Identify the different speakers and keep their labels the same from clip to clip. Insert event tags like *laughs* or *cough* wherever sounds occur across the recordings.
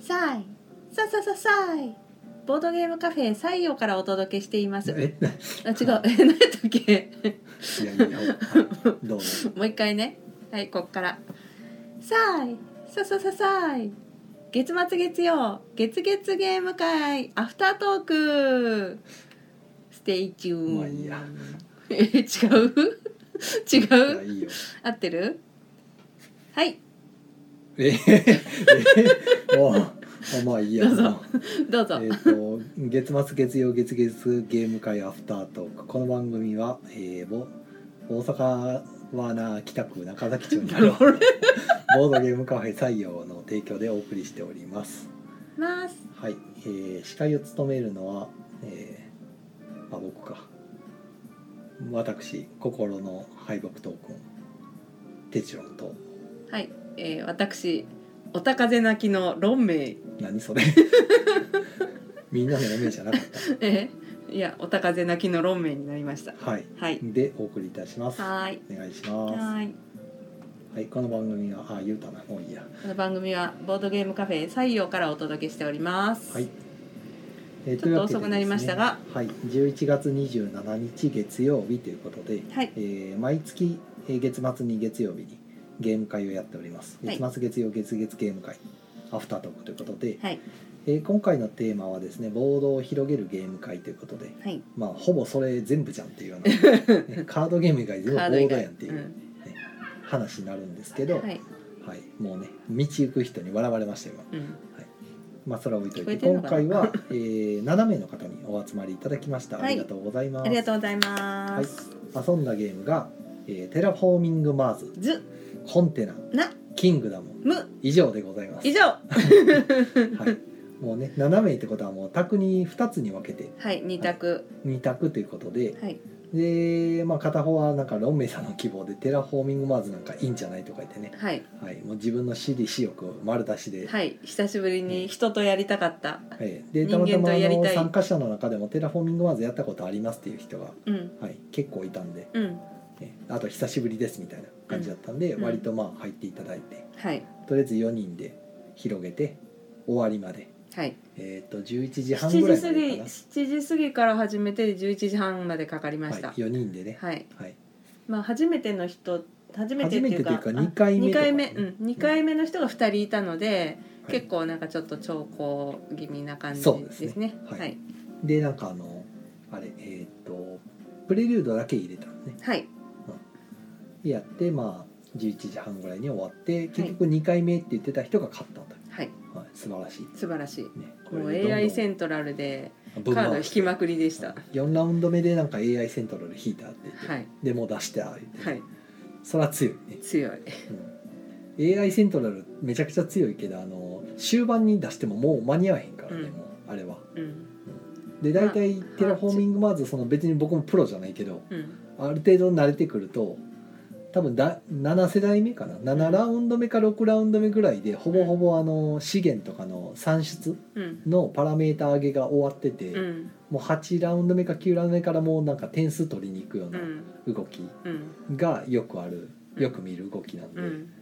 Speaker 1: サイささささいボードゲームカフェ西洋からお届けしています
Speaker 2: えな *laughs*
Speaker 1: あ違うえ何やったっけ *laughs*
Speaker 2: いやいやはいどうぞ
Speaker 1: もう一回ねはいこっからサイささささい月末月曜月月ゲーム会アフタートークステイチューン
Speaker 2: まあいいや
Speaker 1: *laughs* え違う
Speaker 2: *laughs* い
Speaker 1: 違
Speaker 2: や
Speaker 1: う
Speaker 2: いいよ
Speaker 1: 合ってるはい
Speaker 2: えー、えー、おあまあいいや
Speaker 1: どうぞ
Speaker 2: まあ
Speaker 1: どうぞ、
Speaker 2: えっ、と月末月曜月月ゲーム会アフタートークこの番組は、えー、ぼ大阪ワーナー北区中崎町にある
Speaker 1: あれ
Speaker 2: ボードゲームカフェ採用の提供でお送りしております
Speaker 1: ます
Speaker 2: はい、えー、司会を務めるのは、えー、あ僕か私心の敗北トークンテチロンと
Speaker 1: はい、えー、私おたかぜ泣きのロンメイ *laughs*
Speaker 2: 何それみんなの夢じゃなかっ
Speaker 1: えーいやおたかぜ泣きのロンメイになりました
Speaker 2: たはい
Speaker 1: はい
Speaker 2: でお送りいたします
Speaker 1: はーい
Speaker 2: お願いし
Speaker 1: は
Speaker 2: ます
Speaker 1: ーい
Speaker 2: はい、この番組は、あ、言うたな、もういいや。
Speaker 1: この番組はボードゲームカフェ採用からお届けしております
Speaker 2: はい。え
Speaker 1: ちょっと遅くなりましたが。
Speaker 2: というわけでですねはい、11月27日月曜日ということで、
Speaker 1: はい
Speaker 2: えー毎月、えー月末に月曜日にゲーム会をやっております。
Speaker 1: はい
Speaker 2: 月末月曜月月ゲーム会、アフタートークということで、
Speaker 1: はい
Speaker 2: えー今回のテーマはですね、ボードを広げるゲーム会ということで、
Speaker 1: はい
Speaker 2: まあ、ほぼそれ全部じゃんっていうよ
Speaker 1: *laughs*
Speaker 2: うな、ねカードゲーム以外全部ボ
Speaker 1: カード以
Speaker 2: ード
Speaker 1: 外
Speaker 2: やんっていうう話になるんですけど、
Speaker 1: んはい、
Speaker 2: はい、もうね、道行く人に笑われましたよ、今。
Speaker 1: うん、
Speaker 2: まあ、それは置いと
Speaker 1: 聞
Speaker 2: いて
Speaker 1: こえてんの
Speaker 2: 今
Speaker 1: かな
Speaker 2: 回は、えー、7名の方にお集まりいただきました、
Speaker 1: はい
Speaker 2: ありがとうございま
Speaker 1: あ
Speaker 2: す
Speaker 1: りがとうございます、
Speaker 2: 遊んだゲームが、えーテラフォーミングマーズ
Speaker 1: ず
Speaker 2: コンテナ
Speaker 1: な
Speaker 2: キングダム
Speaker 1: む
Speaker 2: 以上でございます
Speaker 1: 以上
Speaker 2: はい、もうね7名ってことはもう卓に2つに分けて
Speaker 1: はい二択
Speaker 2: 2択ということで
Speaker 1: はい
Speaker 2: で、まあ、片方はなんかロンメイさんの希望でテラフォーミングマーズなんかいいんじゃないとか言ってね、
Speaker 1: はい
Speaker 2: はい、もう自分の私利私欲を丸出しで、
Speaker 1: はい久しぶりに人とやりたかった
Speaker 2: ええで
Speaker 1: 人
Speaker 2: たま
Speaker 1: 間
Speaker 2: たま
Speaker 1: と
Speaker 2: あ
Speaker 1: やり
Speaker 2: の
Speaker 1: たい
Speaker 2: 参加者の中でもテラフォーミングマーズやったことありますっていう人が、
Speaker 1: うん
Speaker 2: はい、結構いたんで、
Speaker 1: うん
Speaker 2: ねあと久しぶりですみたいな感じだったんで、
Speaker 1: うん
Speaker 2: 割とまあ入っていただいて
Speaker 1: はい
Speaker 2: とりあえず4人で広げて終わりまで、
Speaker 1: はい
Speaker 2: えー、と11時半ぐ
Speaker 1: 7
Speaker 2: ら
Speaker 1: 時
Speaker 2: いま
Speaker 1: 過
Speaker 2: で
Speaker 1: ぎ
Speaker 2: か
Speaker 1: 7時過ぎから始めて11時半までかかりまし
Speaker 2: な、
Speaker 1: た
Speaker 2: は、
Speaker 1: はいい、
Speaker 2: 4人でね、
Speaker 1: まあ初めての人初めてっていうか
Speaker 2: 初めてというか二回目
Speaker 1: あ二回目
Speaker 2: とかね
Speaker 1: うん二回目の人が二人いたので、
Speaker 2: はい
Speaker 1: 結構なんかちょっと兆候気味な感じ
Speaker 2: そうですね
Speaker 1: ですね
Speaker 2: は
Speaker 1: はいいはい、
Speaker 2: でなんかあのあれえっ、とプレリュードだけ入れたのねやってまあ11時半ぐらいに終わって結局2回目って言ってた人が勝ったんだよ、
Speaker 1: はい
Speaker 2: はい素晴らしい、
Speaker 1: 素晴らしい
Speaker 2: ね、
Speaker 1: もう AI セ
Speaker 2: ン
Speaker 1: ントラルで
Speaker 2: タ
Speaker 1: カード引きまくりでした
Speaker 2: 4ラウンド目でなんか AI セントラル引いたって言って、
Speaker 1: はい
Speaker 2: でもう出してあ言って、
Speaker 1: はい
Speaker 2: それは強いね、
Speaker 1: 強い
Speaker 2: うん AI セントラルめちゃくちゃ強いけどあの終盤に出してももう間に合わへんからね、
Speaker 1: うん
Speaker 2: もうあれは
Speaker 1: うん
Speaker 2: で大体
Speaker 1: まあ
Speaker 2: テラフォーミングマーズその別に僕もプロじゃないけど
Speaker 1: うん
Speaker 2: ある程度慣れてくると多分だ7世代目かな7ラウンド目か6ラウンド目ぐらいでほぼほぼあの資源とかの算出
Speaker 1: うん
Speaker 2: のパラメータ上げが終わってて、
Speaker 1: うん
Speaker 2: もう8ラウンド目か9ラウンド目からもうなんか点数取りに行くよう
Speaker 1: う
Speaker 2: なん動き
Speaker 1: うん
Speaker 2: がよくある
Speaker 1: うん
Speaker 2: よく見る動きなんで、
Speaker 1: うん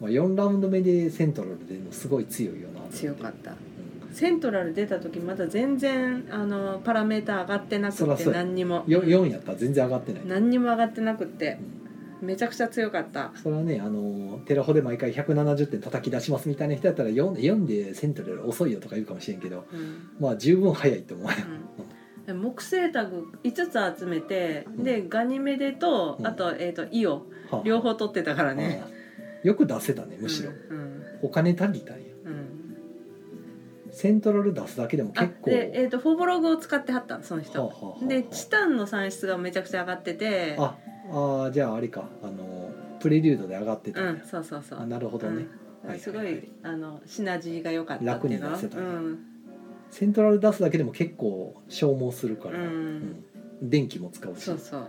Speaker 2: まあ、4ラウンド目でセントラル出るのすごい強いよな
Speaker 1: 強かった
Speaker 2: うん
Speaker 1: セントラル出た時まだ全然あのパラメーター上がってな
Speaker 2: そ
Speaker 1: く
Speaker 2: ら
Speaker 1: て
Speaker 2: そうや
Speaker 1: 何にも
Speaker 2: よ4やったら全然上がってない、
Speaker 1: 何にも上がってなくて
Speaker 2: うん
Speaker 1: めちゃくちゃ強かった
Speaker 2: それはねあのーテラホで毎回170点叩き出しますみたいな人やったら 4, 4でセントラル遅いよとか言うかもしれんけど
Speaker 1: うん、
Speaker 2: まあ十分早いと思う、
Speaker 1: うん、木星タグ5つ集めて
Speaker 2: うん
Speaker 1: でガニメデと
Speaker 2: うん
Speaker 1: あと,、えー、とイオ
Speaker 2: はあ
Speaker 1: *laughs* 両方取ってたからね
Speaker 2: ああよく出せたねむしろ、
Speaker 1: うん
Speaker 2: お金足りたんや
Speaker 1: うんうん
Speaker 2: セントラル出すだけでも
Speaker 1: あ
Speaker 2: 結構
Speaker 1: で、えー、とフォボログを使ってはったのその人、
Speaker 2: はあはあはあ
Speaker 1: でチタンの産出がめちゃくちゃ上がってて
Speaker 2: ああーじゃああれかあのープレリュードで上がってた
Speaker 1: うん
Speaker 2: や
Speaker 1: んそうそうそ
Speaker 2: あ
Speaker 1: う
Speaker 2: なるほどね、
Speaker 1: うん、すご
Speaker 2: は
Speaker 1: い,、
Speaker 2: いはいはい
Speaker 1: あのシナジーが良かったっていうか
Speaker 2: 楽に出せた
Speaker 1: う
Speaker 2: ね
Speaker 1: ん
Speaker 2: セントラル出すだけでも結構消耗するから、
Speaker 1: うん
Speaker 2: うん電気も使うし
Speaker 1: そうそう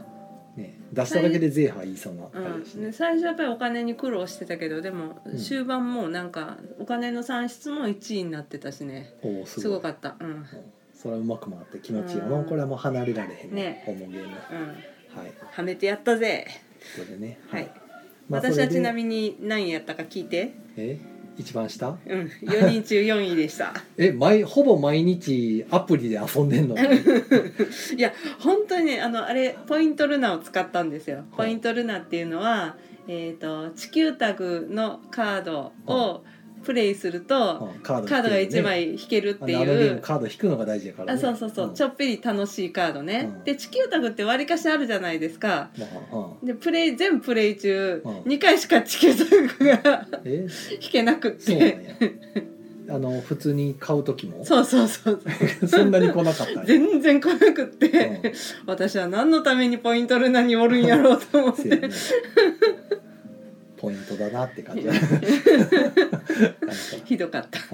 Speaker 2: ね、出しただけで税入いそうな
Speaker 1: う
Speaker 2: あれだし
Speaker 1: ん、
Speaker 2: ね
Speaker 1: ね最初やっぱりお金に苦労してたけどでも
Speaker 2: うん
Speaker 1: 終盤もうなんかお金の算出も1位になってたしね
Speaker 2: おお
Speaker 1: す
Speaker 2: すご
Speaker 1: ご
Speaker 2: い
Speaker 1: かったうん
Speaker 2: うんそれはうまく回って気持ちいいよ
Speaker 1: うん
Speaker 2: もうこれはもう離れられへん
Speaker 1: ね
Speaker 2: ホモゲームは
Speaker 1: うん
Speaker 2: い
Speaker 1: はめてやったぜ
Speaker 2: それでね
Speaker 1: はい、
Speaker 2: まあ
Speaker 1: 私は
Speaker 2: それで
Speaker 1: ちなみに何位やったか聞いて
Speaker 2: え一番下
Speaker 1: うん、4人中4位でした
Speaker 2: *laughs* え毎ほぼ毎日アプリで遊んで
Speaker 1: *laughs*
Speaker 2: んの
Speaker 1: いや本当にねあのあれポイントルナを使ったんですよポイントルナっていうのは、えー、と地球タグのカードをプレイすると、
Speaker 2: うんカード
Speaker 1: カードが
Speaker 2: 引
Speaker 1: 1
Speaker 2: けるね
Speaker 1: 枚引けるっ
Speaker 2: あ
Speaker 1: て
Speaker 2: のあのゲ
Speaker 1: い
Speaker 2: ーム
Speaker 1: う。
Speaker 2: カード引くのが大事だから、
Speaker 1: あ
Speaker 2: ね、
Speaker 1: そうそうそう、
Speaker 2: ん
Speaker 1: ちょっぴり楽しいカードね、
Speaker 2: うん
Speaker 1: で地球タグってわりかしあるじゃないですか
Speaker 2: まあうん
Speaker 1: でプレイ全プレイ中、
Speaker 2: うん
Speaker 1: 2回しか地球タグが *laughs*
Speaker 2: え
Speaker 1: 引けなくっ
Speaker 2: そ
Speaker 1: *laughs*
Speaker 2: うなん
Speaker 1: て
Speaker 2: やあの普通に買う時も
Speaker 1: そうそうそうそう
Speaker 2: *laughs* そんなに来なかったんや
Speaker 1: *laughs* 全然来なくって、
Speaker 2: うん
Speaker 1: 私は何のためにポイントルナにおるんやろうと思っ
Speaker 2: せや
Speaker 1: て
Speaker 2: ねポイントだなって感じ
Speaker 1: *laughs*
Speaker 2: だ
Speaker 1: ひどかった
Speaker 2: で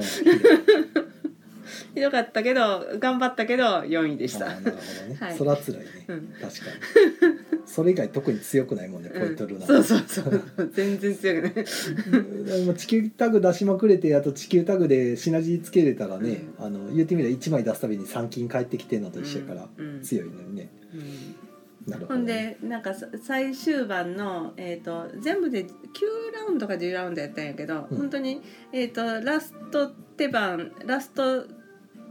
Speaker 1: ひどかったけど頑張ったけど4位でした
Speaker 2: なるほどね、
Speaker 1: はい
Speaker 2: そら辛いね、
Speaker 1: うん
Speaker 2: 確かにそれ以外特に強くないもんねポイントル
Speaker 1: う、
Speaker 2: なんん
Speaker 1: そう
Speaker 2: て、
Speaker 1: そうそう全然強くない
Speaker 2: うん地球タグ出しまくれてあと地球タグでシナジーつけれたらね、あの言ってみれば1枚出すたびに3金返ってきてるのと一緒やから、
Speaker 1: うん
Speaker 2: 強いのにね
Speaker 1: うん
Speaker 2: なるほ
Speaker 1: ほ
Speaker 2: ど
Speaker 1: ん
Speaker 2: ね、
Speaker 1: でなんかさ最終盤の、えー、と全部で9ラウンドか10ラウンドやったんやけど、
Speaker 2: うん
Speaker 1: 本当にえっ、とラスト手番ラスト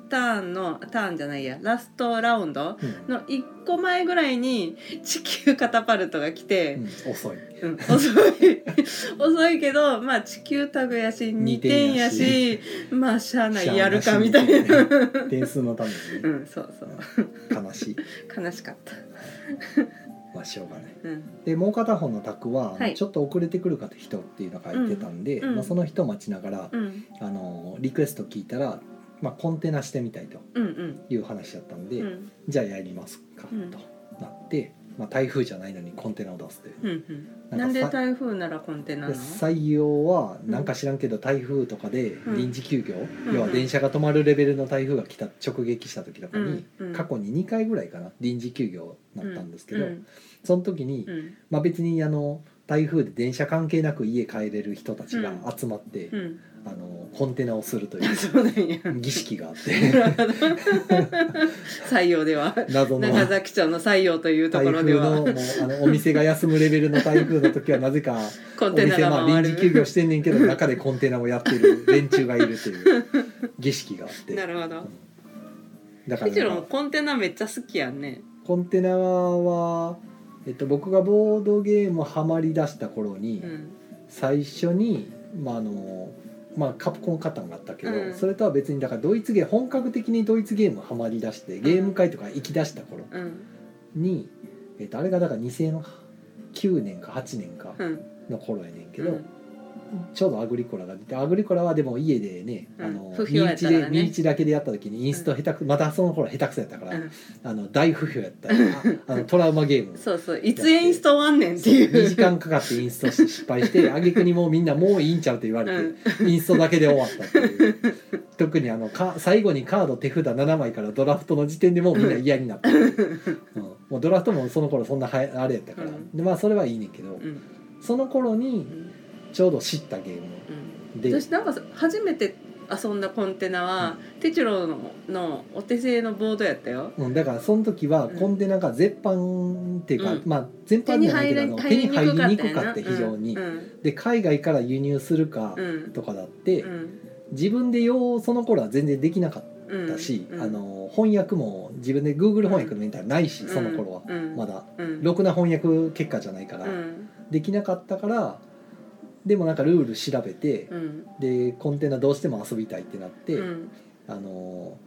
Speaker 1: ターンのターンじゃないやラストラウンド
Speaker 2: うん
Speaker 1: の1個前ぐらいに地球カタパルトが来て、
Speaker 2: うん遅い
Speaker 1: うん遅い遅いけどまあ地球タグやし2
Speaker 2: 二
Speaker 1: 点
Speaker 2: 点
Speaker 1: や
Speaker 2: や
Speaker 1: し
Speaker 2: し
Speaker 1: まあしゃあないやるかみたいな。
Speaker 2: 点数のために
Speaker 1: う
Speaker 2: ね、
Speaker 1: ん、そうそう
Speaker 2: 悲しい
Speaker 1: 悲しかった、
Speaker 2: まあしょうがない
Speaker 1: うん、
Speaker 2: でもう片方の宅は、
Speaker 1: はい
Speaker 2: ちょっと遅れてくるかって人っていうのが言ってたんで、
Speaker 1: うんうん
Speaker 2: まあ、その人を待ちながら、
Speaker 1: うん
Speaker 2: あのリクエスト聞いたら、まあ、コンテナしてみたいと
Speaker 1: うんうん
Speaker 2: いう話だったんで、
Speaker 1: うんうん
Speaker 2: じゃあやりますか
Speaker 1: うん
Speaker 2: となって、まあ、台風じゃないのにコンテナを出すという。
Speaker 1: うんうん、
Speaker 2: な
Speaker 1: なん
Speaker 2: んか
Speaker 1: で
Speaker 2: さ
Speaker 1: 台風ならコンテナ
Speaker 2: で
Speaker 1: なの
Speaker 2: 採用はなんか知らんけど台風とかで
Speaker 1: ん
Speaker 2: 臨時休業、
Speaker 1: うん
Speaker 2: 要は電車が止まるレベルの台風が来た直撃した時とかに、
Speaker 1: うんうん
Speaker 2: 過去に2回ぐらいかな臨時休業になったんですけど、
Speaker 1: うん
Speaker 2: その時に、
Speaker 1: うん
Speaker 2: まあ、別にあの台風で電車関係なく家帰れる人たちが集まって、
Speaker 1: うん
Speaker 2: あのコンテナをするという
Speaker 1: そう *laughs* なんや
Speaker 2: 儀式があって *laughs*
Speaker 1: 採用では
Speaker 2: 謎の
Speaker 1: 中崎町の採用というと
Speaker 2: 台
Speaker 1: ころで
Speaker 2: 風の
Speaker 1: は
Speaker 2: もうあ *laughs* のお店が休むレベルの台風の時はなぜか
Speaker 1: コ
Speaker 2: お
Speaker 1: ンテナ
Speaker 2: 店ま
Speaker 1: が
Speaker 2: あ
Speaker 1: 回
Speaker 2: 臨時休
Speaker 1: る
Speaker 2: 業してんねんけど中でコンテナをやってる連中がいるという儀式があって。
Speaker 1: なるほ
Speaker 2: う
Speaker 1: ど
Speaker 2: んだから
Speaker 1: フジロ
Speaker 2: な
Speaker 1: も
Speaker 2: んか
Speaker 1: コンテナめっちゃ好きやんね
Speaker 2: コンテナは、えっと、僕がボードゲームハマりだした頃に、
Speaker 1: うん
Speaker 2: 最初に、まああのまあ、カプコンカタンがあったけど、
Speaker 1: うん
Speaker 2: それとは別にだからドイツゲー本格的にドイツゲームハマりだしてゲーム会とか行きだした頃
Speaker 1: うん
Speaker 2: に、えっとあれがだから2009年か8年か
Speaker 1: うん
Speaker 2: の頃やねんけ
Speaker 1: う
Speaker 2: ど、
Speaker 1: ん
Speaker 2: ちょうどアグリコラが出てアグリコラはでも家でね、
Speaker 1: うん
Speaker 2: あの
Speaker 1: 不評
Speaker 2: 身
Speaker 1: やった
Speaker 2: 内
Speaker 1: から
Speaker 2: で
Speaker 1: ね
Speaker 2: 身内だけでやった時にインスト下手く、またその頃下手くそやったから、
Speaker 1: うん
Speaker 2: あの大不評やったああのトラウマゲーム
Speaker 1: そうそういつインスト終わんねんっていう
Speaker 2: 2時間かかってインストして失敗して挙句にもうみんなもういいんちゃうって言われて、
Speaker 1: うん
Speaker 2: インストだけで終わったっていう特にあのか最後にカード手札7枚からドラフトの時点でもうみんな嫌になったっていう、うんもうドラフトもその頃そんなはやあれやったから、
Speaker 1: うん
Speaker 2: でまあそれはいいねんけど、
Speaker 1: うん
Speaker 2: その頃
Speaker 1: う
Speaker 2: に
Speaker 1: ん
Speaker 2: ちょうど知ったゲーム
Speaker 1: うん
Speaker 2: で、
Speaker 1: 私なんか初めて遊んだコンテナはテチロののお手製のボードやったよ
Speaker 2: うん、だからその時はコンテナが絶版っていうか、
Speaker 1: うん
Speaker 2: まあ全
Speaker 1: 手
Speaker 2: 般
Speaker 1: に
Speaker 2: じゃな
Speaker 1: 入
Speaker 2: いけど
Speaker 1: れ
Speaker 2: あの
Speaker 1: 入りにくかった
Speaker 2: 手に入りにくか
Speaker 1: や
Speaker 2: っ
Speaker 1: な
Speaker 2: て非常に、
Speaker 1: うん
Speaker 2: で海外から輸入するか
Speaker 1: うん
Speaker 2: とかだって、
Speaker 1: うん
Speaker 2: 自分でようその頃は全然できなかっ
Speaker 1: うん
Speaker 2: たし、
Speaker 1: うん
Speaker 2: あの翻訳も自分で Google 翻訳のメンタルないし、その頃は、
Speaker 1: うん
Speaker 2: まだ
Speaker 1: うん
Speaker 2: ろくな翻訳結果じゃないから、
Speaker 1: うん
Speaker 2: できなかったからでもなんかルール調べて、
Speaker 1: うん
Speaker 2: でコンテナどうしても遊びたいってなって、
Speaker 1: うん
Speaker 2: あの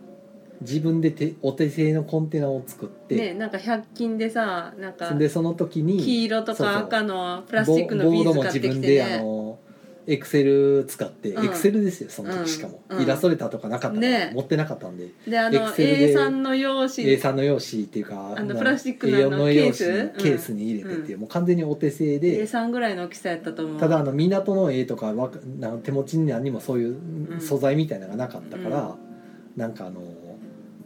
Speaker 2: 自分で手お手製のコンテナを作って、
Speaker 1: ねなんか100均でさなんか
Speaker 2: そんでその時に
Speaker 1: 黄色と
Speaker 2: そうそう
Speaker 1: か赤のプラスチックの
Speaker 2: ボ
Speaker 1: ビ
Speaker 2: ボー
Speaker 1: ー
Speaker 2: ド
Speaker 1: ズ
Speaker 2: も
Speaker 1: 買
Speaker 2: 自
Speaker 1: ってき
Speaker 2: 分
Speaker 1: て
Speaker 2: であ
Speaker 1: ね
Speaker 2: のエクセル使って
Speaker 1: うん
Speaker 2: エクセルですよその
Speaker 1: うん
Speaker 2: 時しかも、
Speaker 1: うん
Speaker 2: イラストレーターとかなかったから、
Speaker 1: ね
Speaker 2: 持ってなかったんで
Speaker 1: であの
Speaker 2: Excel で
Speaker 1: A さんの用
Speaker 2: A
Speaker 1: 紙
Speaker 2: さんの用紙っていうか
Speaker 1: あの
Speaker 2: ま
Speaker 1: プラスチックのあの
Speaker 2: A4
Speaker 1: ケ
Speaker 2: 用紙
Speaker 1: ース
Speaker 2: ケースに入れてっていう、もう完全にお手製
Speaker 1: A
Speaker 2: で、
Speaker 1: さんぐらいの大きさやったと思う
Speaker 2: ただあの港の絵とかわかなんか手持ちに何もそうい
Speaker 1: ん
Speaker 2: う素材みたいなのがなかったから、
Speaker 1: う
Speaker 2: なんかあの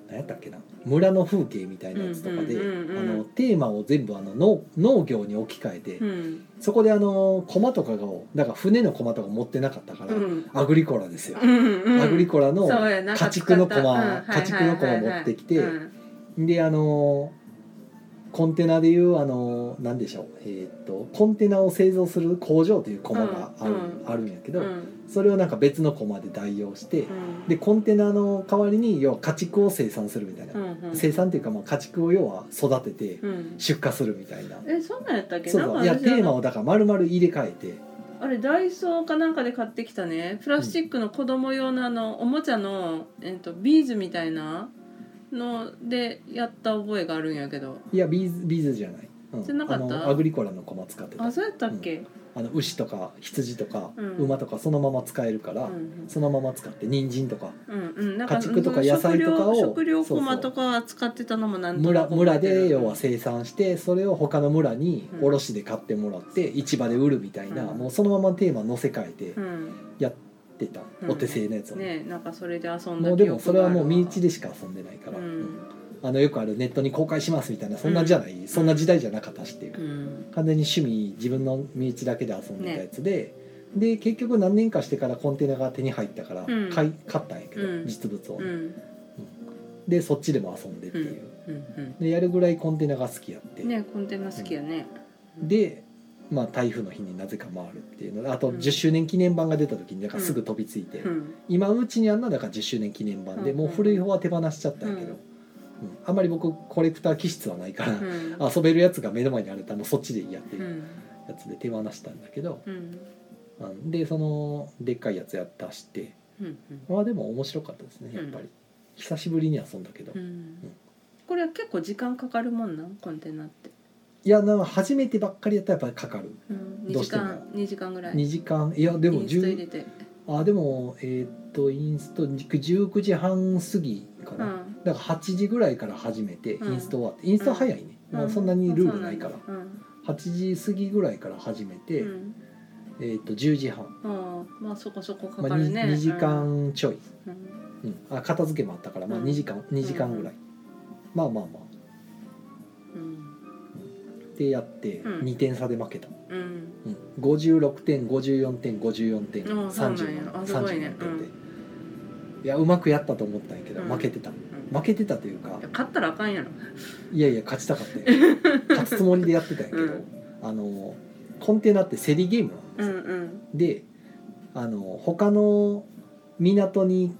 Speaker 2: 何やったっけな村の風景みたいなやつとかで、
Speaker 1: うんうんうんうん
Speaker 2: あのテーマを全部あの農農業に置き換えて、
Speaker 1: うん
Speaker 2: そこであの駒とかがだから船の駒とか持ってなかったから、
Speaker 1: うん
Speaker 2: アグリコラですよ、
Speaker 1: うんうん
Speaker 2: アグリコラの
Speaker 1: そうやな
Speaker 2: 家畜の駒
Speaker 1: 買ったうん
Speaker 2: 家畜の駒持ってきて
Speaker 1: はいはいはいはいうん
Speaker 2: であのコンテナでいうあの何でしょうえーっとコンテナを製造する工場という駒がある,、
Speaker 1: うんうん
Speaker 2: あるんやけど、
Speaker 1: うん
Speaker 2: それをなんか別のコマで代用して、でコンテナの代わりに要は家畜を生産するみたいな、
Speaker 1: うんうん
Speaker 2: 生産っていうかまあ家畜を要は育てて
Speaker 1: うん
Speaker 2: 出荷するみたいな、
Speaker 1: えそんなんやったっけ
Speaker 2: そう
Speaker 1: なん
Speaker 2: そ
Speaker 1: か
Speaker 2: ういや
Speaker 1: 私
Speaker 2: テ
Speaker 1: あ
Speaker 2: ーマ
Speaker 1: の
Speaker 2: をだから丸々入れ替えて
Speaker 1: あれダイソーかなんかで買ってきたねプラスチックの子供用のあのおもちゃの、えっとビーズみたいなのでやった覚えがあるんやけど
Speaker 2: いやビーズビーズじゃない、うん
Speaker 1: じゃなかった
Speaker 2: あのアグリコラのコマ使ってた
Speaker 1: あそうやったっけ、
Speaker 2: あの牛とか羊とか
Speaker 1: うん
Speaker 2: 馬とかそのまま使えるから、
Speaker 1: うん
Speaker 2: そのまま使って人参とか
Speaker 1: うんうん、なんか
Speaker 2: 家畜とか野菜とかを
Speaker 1: 食料食料
Speaker 2: そうそう
Speaker 1: コマとか使ってたのもなんとな
Speaker 2: 村
Speaker 1: く覚
Speaker 2: 村
Speaker 1: えてる
Speaker 2: で要は生産してそれを他の村に
Speaker 1: うん
Speaker 2: 卸で買ってもらって市場で売るみたいな、
Speaker 1: うん
Speaker 2: もうそのままテーマ載せ替えて
Speaker 1: うん
Speaker 2: やってた、
Speaker 1: うん
Speaker 2: お手製のやつを、
Speaker 1: ねなんかそれで遊んだ記憶がある
Speaker 2: もうでもそれはもう身内でしか遊んでないか
Speaker 1: う
Speaker 2: ら、うん
Speaker 1: ん
Speaker 2: あのよくあるネットに公開しますみたいなそんなじゃない、そんな時代じゃなかったしっていう、
Speaker 1: うん
Speaker 2: 完全に趣味自分の身内だけで遊んでたやつで、で結局何年かしてからコンテナが手に入ったから
Speaker 1: うん
Speaker 2: 買い買ったんやけど、
Speaker 1: うん
Speaker 2: 実物を
Speaker 1: う
Speaker 2: ね、
Speaker 1: ん
Speaker 2: でそっちでも遊んでっていう、
Speaker 1: うん
Speaker 2: でやるぐらいコンテナが好きやって、
Speaker 1: うんねコンテナ好きやね、
Speaker 2: で、まあ、台風の日になぜか回るっていうのであと
Speaker 1: うん
Speaker 2: 10周年記念版が出た時になんかすぐ飛びついて、
Speaker 1: うん
Speaker 2: 今うちにあんなだから10周年記念版で、
Speaker 1: うん
Speaker 2: もう古い方は手放しちゃったんやけど、
Speaker 1: うん
Speaker 2: うんあんまり僕コレクター気質はないから、
Speaker 1: うん
Speaker 2: 遊べるやつが目の前にあるともうそっちでいいやっていううんやつで手放したんだけど、
Speaker 1: うん
Speaker 2: あでそのでっかいやつや出して
Speaker 1: うん
Speaker 2: まあでも面白かったですねやっぱり、
Speaker 1: う
Speaker 2: 久しぶりに遊んだけど、
Speaker 1: う
Speaker 2: い
Speaker 1: んこれは結構時間かかるもんなんコンテナって、
Speaker 2: やなんか初めてばっかりやったらやっぱりかかる、
Speaker 1: うん、
Speaker 2: ど
Speaker 1: 2
Speaker 2: う
Speaker 1: 時
Speaker 2: しても
Speaker 1: 間2時間ぐらい
Speaker 2: 2時間いやで
Speaker 1: でイ
Speaker 2: も
Speaker 1: ンスト入れ
Speaker 2: 10
Speaker 1: て
Speaker 2: あでもえーっとインスト19時半過ぎか
Speaker 1: う
Speaker 2: な、
Speaker 1: ん
Speaker 2: だから8時ぐらいから始めてイ
Speaker 1: うん
Speaker 2: ンスト終わってインスト早いね、
Speaker 1: う
Speaker 2: まあ、そんなにルールないから、
Speaker 1: あそうなんだ
Speaker 2: 8時過ぎぐらいから始めて、
Speaker 1: うんうん
Speaker 2: えーっと10時半、
Speaker 1: ああまあそこそこか
Speaker 2: まあ
Speaker 1: かる
Speaker 2: 2,
Speaker 1: ね、
Speaker 2: 時間ちょい、
Speaker 1: うん
Speaker 2: うん、あ片付けもあったから、まあ、
Speaker 1: うん
Speaker 2: 2時間2時間ぐらい、まあまあまあ
Speaker 1: うん
Speaker 2: ってやって
Speaker 1: うん
Speaker 2: 2点差で負けた、
Speaker 1: うん
Speaker 2: うん、56点54点54点
Speaker 1: あそうなんや
Speaker 2: 37
Speaker 1: あすごいね
Speaker 2: 37点で、いやうまくやったと思ったんやけど
Speaker 1: うん
Speaker 2: 負けてた
Speaker 1: うん
Speaker 2: 負けてたというか
Speaker 1: いや勝ったらあかんやろ
Speaker 2: いやいや勝ちたかったよ勝つつもりでやってたんやけど、
Speaker 1: うん
Speaker 2: あのコンテナって競りゲーム
Speaker 1: う
Speaker 2: なんです
Speaker 1: ん
Speaker 2: よ、
Speaker 1: うん
Speaker 2: であの他の港に